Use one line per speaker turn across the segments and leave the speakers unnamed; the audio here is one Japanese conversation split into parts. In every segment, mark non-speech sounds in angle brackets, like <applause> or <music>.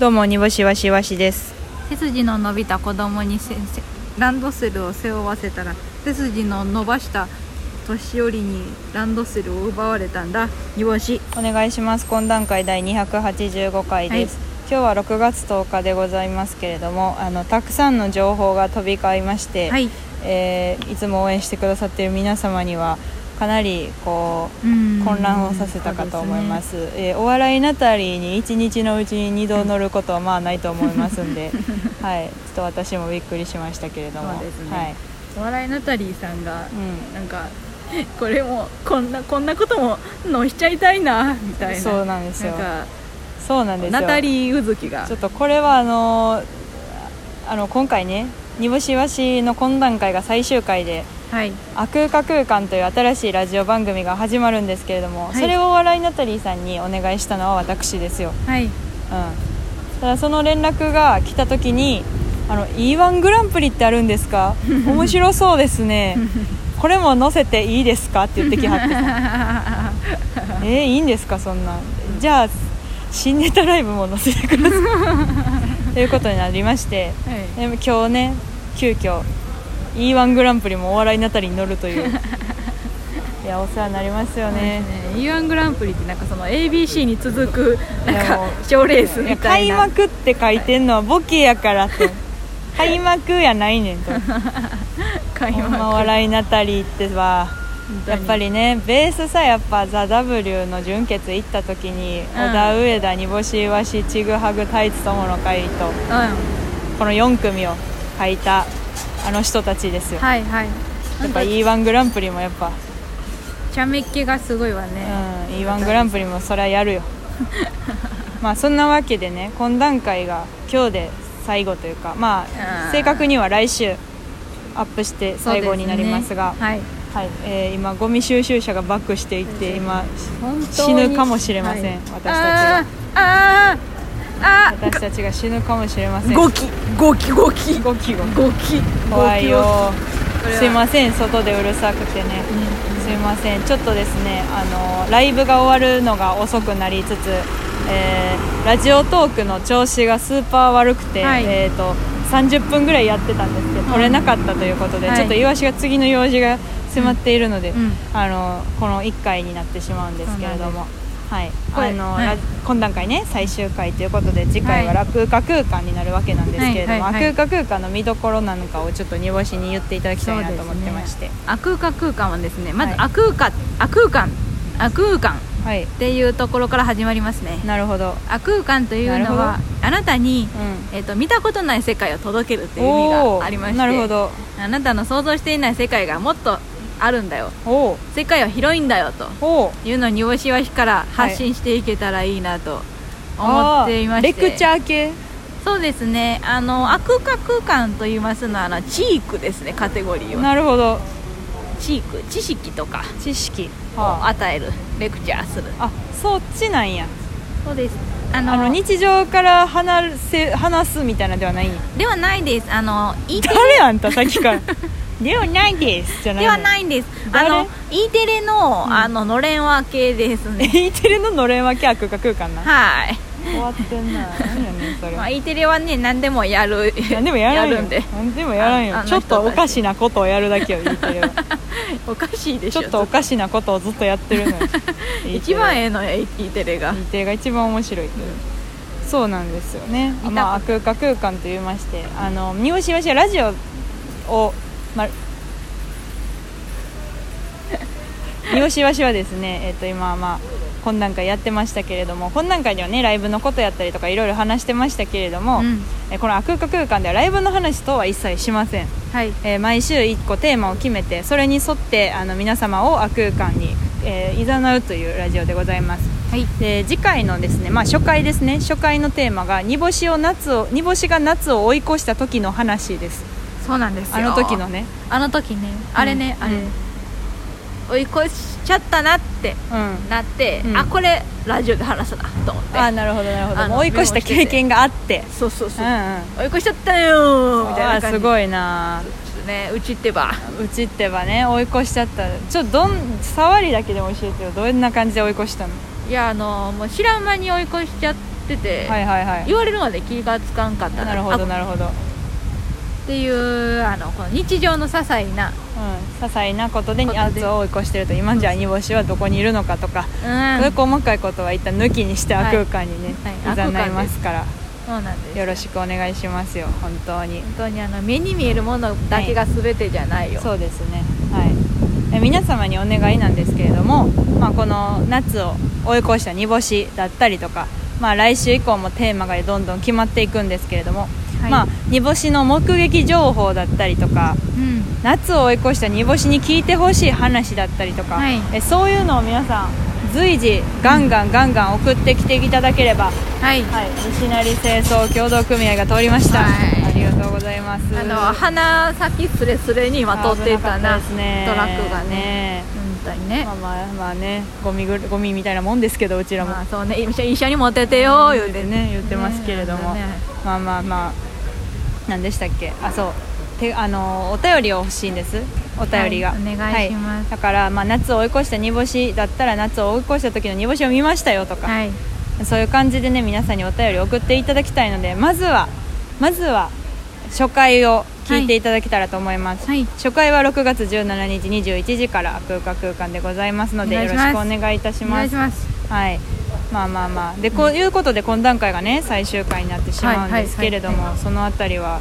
どうも煮干しわしわしです
背筋の伸びた子供にせせランドセルを背負わせたら背筋の伸ばした年寄りにランドセルを奪われたんだ煮干し
お願いします懇談会第285回です、
は
今日は6月10日でございますけれどもあのたくさんの情報が飛び交いまして、
はいい
えーいつも応援してくださっている皆様にはかなりこう混
混
乱をさせたかと思いますえーお笑いナタリーに1日のうちに2度乗ることはまあないと思いますん
<laughs>
で、はい、ちょっと私もびっくりしましたけれども
そうですね
はい
お笑いナタリーさんが
うん、
なんかこれもこんなこんなことものしちゃいたいなみたいな
そうなんですよ
なんか
そうなんですよ
ナタリーうずきが
<laughs> ちょっとこれはあのあの今回ね煮干しわしの懇談会が最終回で
はい
「あ空間空間」という新しいラジオ番組が始まるんですけれども、
はい
それをお笑いナタリーさんにお願いしたのは私ですよ、
はい
うん、ただその連絡が来た時に「あの e 1グランプリってあるんですか面白そうですねこれも載せていいですか?」って言ってきはってさえー、いいんですかそんなんじゃあ新ネタライブも載せてくださいということになりまして
はい
でも今日ね急遽 e 1グランプリもお笑いナタリーに乗るといういやお世話になりますよね
E1 グランプリってなんかその ABC に続くな
い
ん
やもう
か賞レース
いや
みた
開
いな
幕って書いてんのはボケやから
<laughs>
と開幕やないねんと
開
ほんま笑いナタリーってばやっぱりねベースさやっぱ「ザ・ w の準決行った時に、
うん
小田上田煮干しわしちぐはぐタイツ友の会と
うんはい
この4組を書いたあの人たちですよ、
はい
やっぱ
なんか
e 1グランプリもやっぱ、
ちゃめっ気がすごいわね、
うん、e 1グランプリもそりゃやる
<laughs>
よまあそんなわけでね懇談会が今日で最後というかま
う
あ
ん
正確には来週アップして
そう
最
ですね
後になりますが
はい
はいえー今ゴミ収集車がバックしていって今
本当に
死ぬかもしれません私たちが
あーあーあ
私たちが死ぬかもしれません
ゴキゴキゴキ
ゴキゴキ
ゴキ
怖いよ
これは
すいません外でうるさくてねすいませんちょっとですねあのライブが終わるのが遅くなりつつ、えーラジオトークの調子がスーパー悪くて、
はい
えー、と30分ぐらいやってたんですけど取れなかったということで、
はい
ちょっとイワシが次の用事が迫っているので、
んうん
あのこの1回になってしまうんですけれども。はい、
これ
あの、
はい
ラ懇談会ね最終回ということで次回は落空空間になるわけなんですけれども、
はいはいはい
空間空間の見どころなんかをちょっと煮干しに言っていただきたいなと思ってまして、
悪空間空間はですねまず
はい
悪空間悪空間悪空間
はい
っていうところから始まりますね
なるほど
悪空間というの
な
は
る
あなたに、
う
えっと見たことない世界を届けるっていう意味
お
がありまして
なるほど
あなたの想像していない世界がもっとあるんだよ
おー
世界は広いんだよと
おー
いうのにおしわしから発信していけたらいいなと思っていまして、
あーレクチャー系
そうですねあの悪化空間と言いますのはあのチークですねカテゴリーは
なるほど
チーク知識とか
知識
を
あ
与えるレクチャーする
あそっちなんや
そうですあの
あの日常から話せ話すみたいなのではないんや
ではないですあの E テ
誰あんたさっき
<laughs>
からではないですじゃない
レでは
い
ないんですあ
誰
の E テレの,、あののれんわ系です
<laughs>
ね
E テレののれんはキャー空間空間な
はい、
終わってんな何やねんそれ
まあ、E テレはね何でもやる
<laughs> 何でもやらんよ
るんで
何でもやらんよ
ああの
ちょ
人
っとおかしなことをやるだけよ E テ
<laughs>
レは
おかしいでし
ち
ょ
ょっとおかしなことをずっとやってるのよ
<laughs> 一番え
え
えのよ E テレが
E テレが一番面白い、そうなんですよね
見たこと
まあ空間空間と言いましてあの三好はしはラジオを、まあ、
<laughs>
三好わしはですね、えっと今はまあ懇談会やってましたけれども懇談会ではねライブのことやったりとかいろいろ話してましたけれども、
うん
えこの「空間空間」ではライブの話とは一切しません、
はい
えー毎週1個テーマを決めてそれに沿ってあの皆様を悪空間に、えー誘うというラジオでございます
はい
で次回のですね、まあ、初回ですね初回のテーマが煮干しを夏を煮干しが夏を追い越した時の話です
そうなんです
あ
よ
の時のね
あの時ねあれね、
うん
あれ、
うん
追い越しちゃったなって
うん
なって、
うん
あこれラジオで話すなと思って
あなるほどなるほど
あの
もう追い越した経験があって
そうそうそうう、
んうん
追い越しちゃったよーみた
あ
いな感
ー
じ
すごいな
ねうちってば
うちってばね追い越しちゃったちょっとどん触りだけでも教えてよどんな感じで追い越したの
いやあのもう知らん間に追い越しちゃっってて、
はいはいはい
言われるまで気がつかんかった
なるほど
あ
なるほどうん
っていうあのこの日常の些細な、
些細なことで
ことで
圧を追い越してると今じゃあ煮干しはどこにいるのかとか、
うん、
そういう細かいことは一旦抜きにして悪空間にね
はい
いざなりますから
そうなんです
よろしくお願いしますよ本当に
本当にあの目に見えるものだけが全てじゃないよ、
そうですねはいえ皆様にお願いなんですけれども、まあ、この夏を追い越した煮干しだったりとか、まあ、来週以降もテーマがどんどん決まっていくんですけれども、
はい
まあ、煮干しの目撃情報だったりとか
うん
夏を追い越した煮干しに聞いてほしい話だったりとか、
はい
えそういうのを皆さん随時ガンガンガンガン送ってきていただければ、
はい、
はい、西成清掃協同組合が通りました、
はい
ありがとうございます
あの鼻先すれすれに今通っていた
危か
な
ったですね
トラックがね
ね
本当にね、
まあまあまあねゴミぐゴミみたいなもんですけどうちらも、
まあそうね一緒一緒にモテてよ言うてね
ね言ってますけれども、
ね
まあまあまあ何でしたっけあそうてあのお便りを欲しいんですお便りが、
はいお願いします
はだから、まあ、夏を追い越した煮干しだったら夏を追い越した時の煮干しを見ましたよとか、
はい
そういう感じでね皆さんにお便り送っていただきたいのでまずはまずは初回を聞いていただけたらと思います、
はい
初回は6月17日21時から空間空間でございますので
お願い
よ
し
ろし
ます
くお願いいたし
お願
ま
いし
す
ます
はいまあまあまあでこういうことで懇談会がね最終回になってしまうんですけれども、
はいはいは
そのあたりは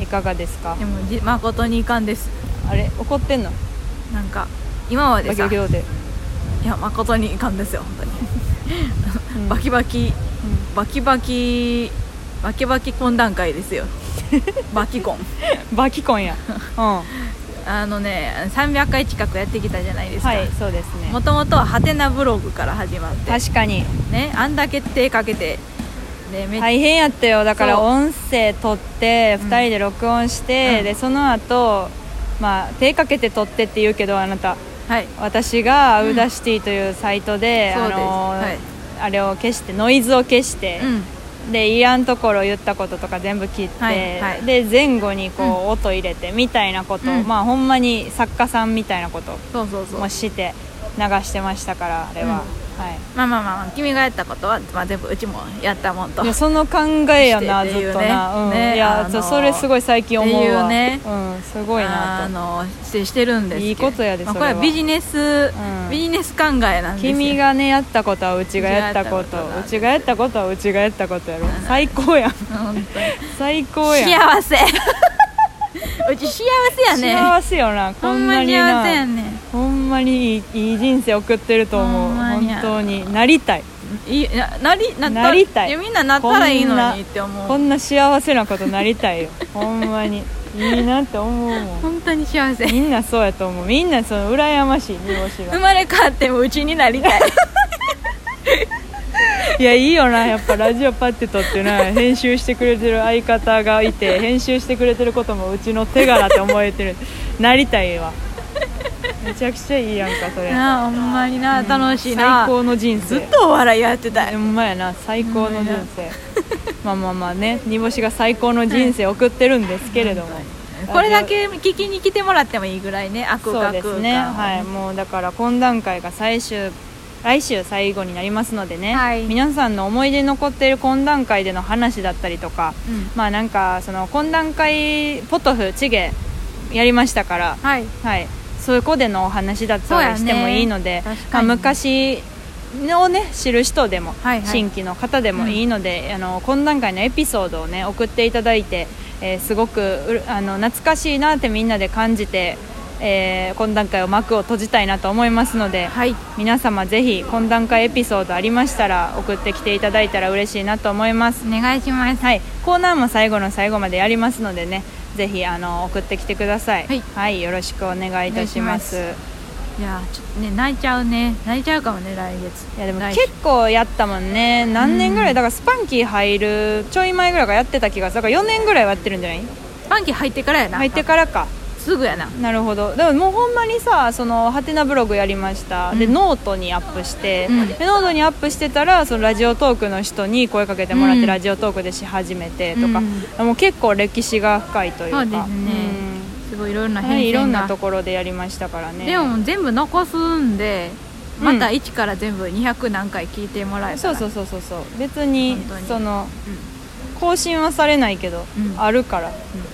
いかがですか
でもじ誠にいかんです
あれ怒ってんの
なんか今まで
バ
さ
キ
い
量
<laughs>
で、
や誠にいかんですよ本当に
うん
バキバキバキバキバキバキ懇談会で
<laughs>
すよバキコン
うんバキコンやうんは
あのね300回近くやってきたじゃないですか、
いそうですね
もともとはハテナブログから始まって
確かに
ねあんだけ手かけてでめっちゃ、
大変やったよだから
そう
音声取って
うん
2人で録音して、
うん
でその後まあ手かけて取ってって言うけどあなた
はい
私がアウダシティというサイトで、
そう
あ
です
の
はい
あれを消してノイズを消して
う、ん
でいらんところ言ったこととか全部切って、
はいはい
で前後にこう、音入れてみたいなことを、
うん
まあほんまに作家さんみたいなこと
そうそうそう
もして流してましたからあれは、はい
まあまあまあまあ君がやったことは、まあ、全部うちもやったもんと
いやその考えやな
してってい
ず
うね
っとな、うん
ね
いや、
あの
それすごい最近思うわ
っていうね
うん、すごいな
あ
と
のしてしてるんですけど
いいことやで
まあ
そ
こ
れは
れはビジネス、
うん
ビジネス考えなんですよ
君がねやったことはうちがやったことう
う
ち
ち
がやったことはうちがやったことやろ最高やん
本
最
当
高
に
やん
<laughs> 幸せうち幸せやね
幸せよなこ
ほん
ん
ま
な
に
に
幸せ
な
やね
ほんまにいいいい人生送ってると思う
ほんまに
本当になりたい
いいななりなった
なりたい
やみんななったらいいのにって思
こ
うん
な幸せなことなりた
<laughs>
いよほんまにいいなって思うもん
本当に幸せ
みんなそうやと思うみんなその羨ましい煮干しが
生まれ変わってもうちにな
<laughs>
りたい
いやいいよなやっぱラジオパッて撮ってな編集してくれてる相方がいて編集してくれてることもうちの手柄って思えてるなりたいわめちゃくちゃいいやんかそれ
なあほんまにな楽しいな
最高の人生
ずっとお笑いやってたい
ほんまやな最高の人生まあまあまあね煮干しが最高の人生送ってるんですけれども、
これだけ聞きに来てもらってもいいぐらいね悪
そう
が
で
空
す
間
ね
を
はいもうだから懇談会が最終来週最後になりますのでね、
はい
皆さんの思い出に残っている懇談会での話だったりとか、
うん
まあなんかその懇談会ポトフチゲやりましたから、
はい
はい、そこでのお話だったり
そう
し
やね
てもいいので、
確かに
まあ、昔をね知る人でも、
はいはい
新規の方でもいいので、あの懇談会のエピソードをね送っていただいて、えーすごくうるあの懐かしいなってみんなで感じて、えー懇談会を幕を閉じたいなと思いますので、
はい
皆様ぜひ懇談会エピソードありましたら送ってきていただいたら嬉しいなと思います
お願いします
はい、コーナーも最後の最後までやりますのでねぜひあの送ってきてください、
はい
よろしくお願いいたします
お願いやちょっとね泣いちゃうね泣いちゃうかもね来月
いやでも
来
結構やったもんね何年ぐらいだからスパンキー入るちょい前ぐらいからやってた気がするだから4年ぐらいはやってるんじゃない
パンキー入ってからやな
入ってからか
すぐやな
なるほどでももうほんまにさそのハテナブログやりました、で
うん
ノートにアップして、
うん
でノートにアップしてたらそのラジオトークの人に声かけてもらって、
うん
ラジオトークでし始めてとか、
う
もう結構歴史が深いというか
そうですね
うん
すごいいろんな
は
変遷が、
い、いろんなところでやりましたからね
でも全部残すんで
うん
また1から全部200何回聞いてもらえた
そう
ら
そうそうそうそう別に
本当に
その
うん
更新はされないけど、
うん
あるから
うん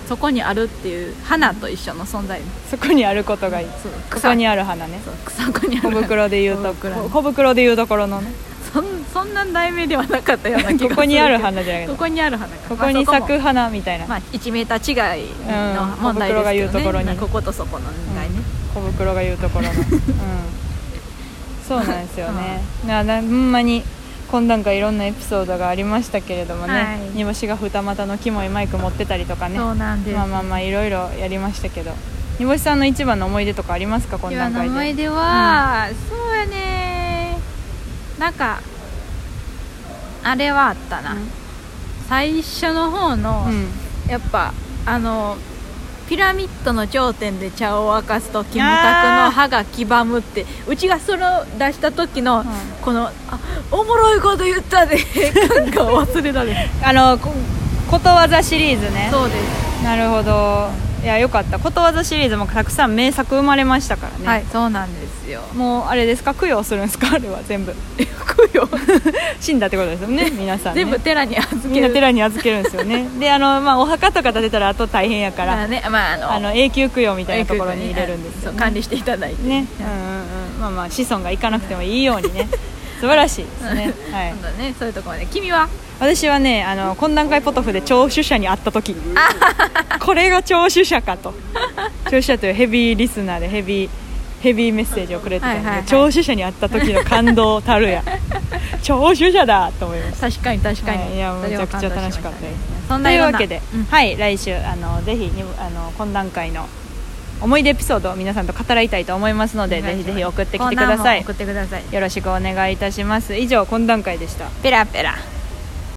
そこにあるっていう花と一緒の存在
そこにあることがいい
そう
ここにある花ね
そう草子にあ
小
る
袋で言うと
小袋
小袋で言うところのね
そんそんな題名ではなかったような気がするけ
こ
ど
こにある花じゃな
こ
くて
こにある花か
ここに
まあ
咲く
も
花みたいな
まあ、1メーター違いの
うん
問題ですけど、ね
小袋が言うところに
まあこことそこの問題ね、
小袋が言うと
<laughs>
ころのうんそうなんですよねななほんまに今段階いろんなエピソードがありましたけれどもね、
はい
煮干しが二股のキモいマイク持ってたりとかね
そうなんです、
まあまあまあいろいろやりましたけど煮干しさんの一番の思い出とかありますか今
今
段
の
階
思い
で
出は、そうやねなんかあれはあったな、最初の方の、
うん
やっぱあのピラミッドの頂点で茶を沸かすとキムタク
あー
の歯が黄ばむってうちがそれを出した時の、
ん
このあおもろいこと言っ
<laughs>
たで感が忘れられない
あのこことわざシリーズね
そうです、
なるほどいやよかったことわざシリーズもたくさん名作生まれましたからね、
はいそうなんです <laughs> よ
もうあれですか供養するんですかあ <laughs> れは全部
供養
死んだってことですよ
<laughs>
ね皆さんね
全部寺に預
み
け
んな
る
寺に預けるんですよね
<laughs>
であの、まあ、お墓とか建てたらあと大変やか
ま
ら、
あねまああの
あの永久供養みたいなところに入れるんですよ、
そう
ね、
管理していただいて
ね、うんうんうんまあまあ子孫が行かなくてもいいように
<laughs>
ね素晴らしいですね、はい
そう、だねそういうところで君は
私はねあの懇談会ポトフで聴取者に会った時これが聴取者か
<laughs>
と聴取者というヘビーリスナーでヘビーヘビーメッセージをくれてたんで、
はいはいはい
聴取者に会った時の感動た
<laughs>
るや聴取者だと思いました
確かに確かに、
はいいやめちゃくちゃ楽しかったです
そん
と
ないよ
う
う
わ
な
けで、
うん
はい来週あのぜひにあの懇談会の思い出エピソードを皆さんと語らいたいと思いますのでぜひぜひ送ってきてくださ
コーナーも
い
送ってください
よろしくお願いいたします以上懇談会でした
ペラペラ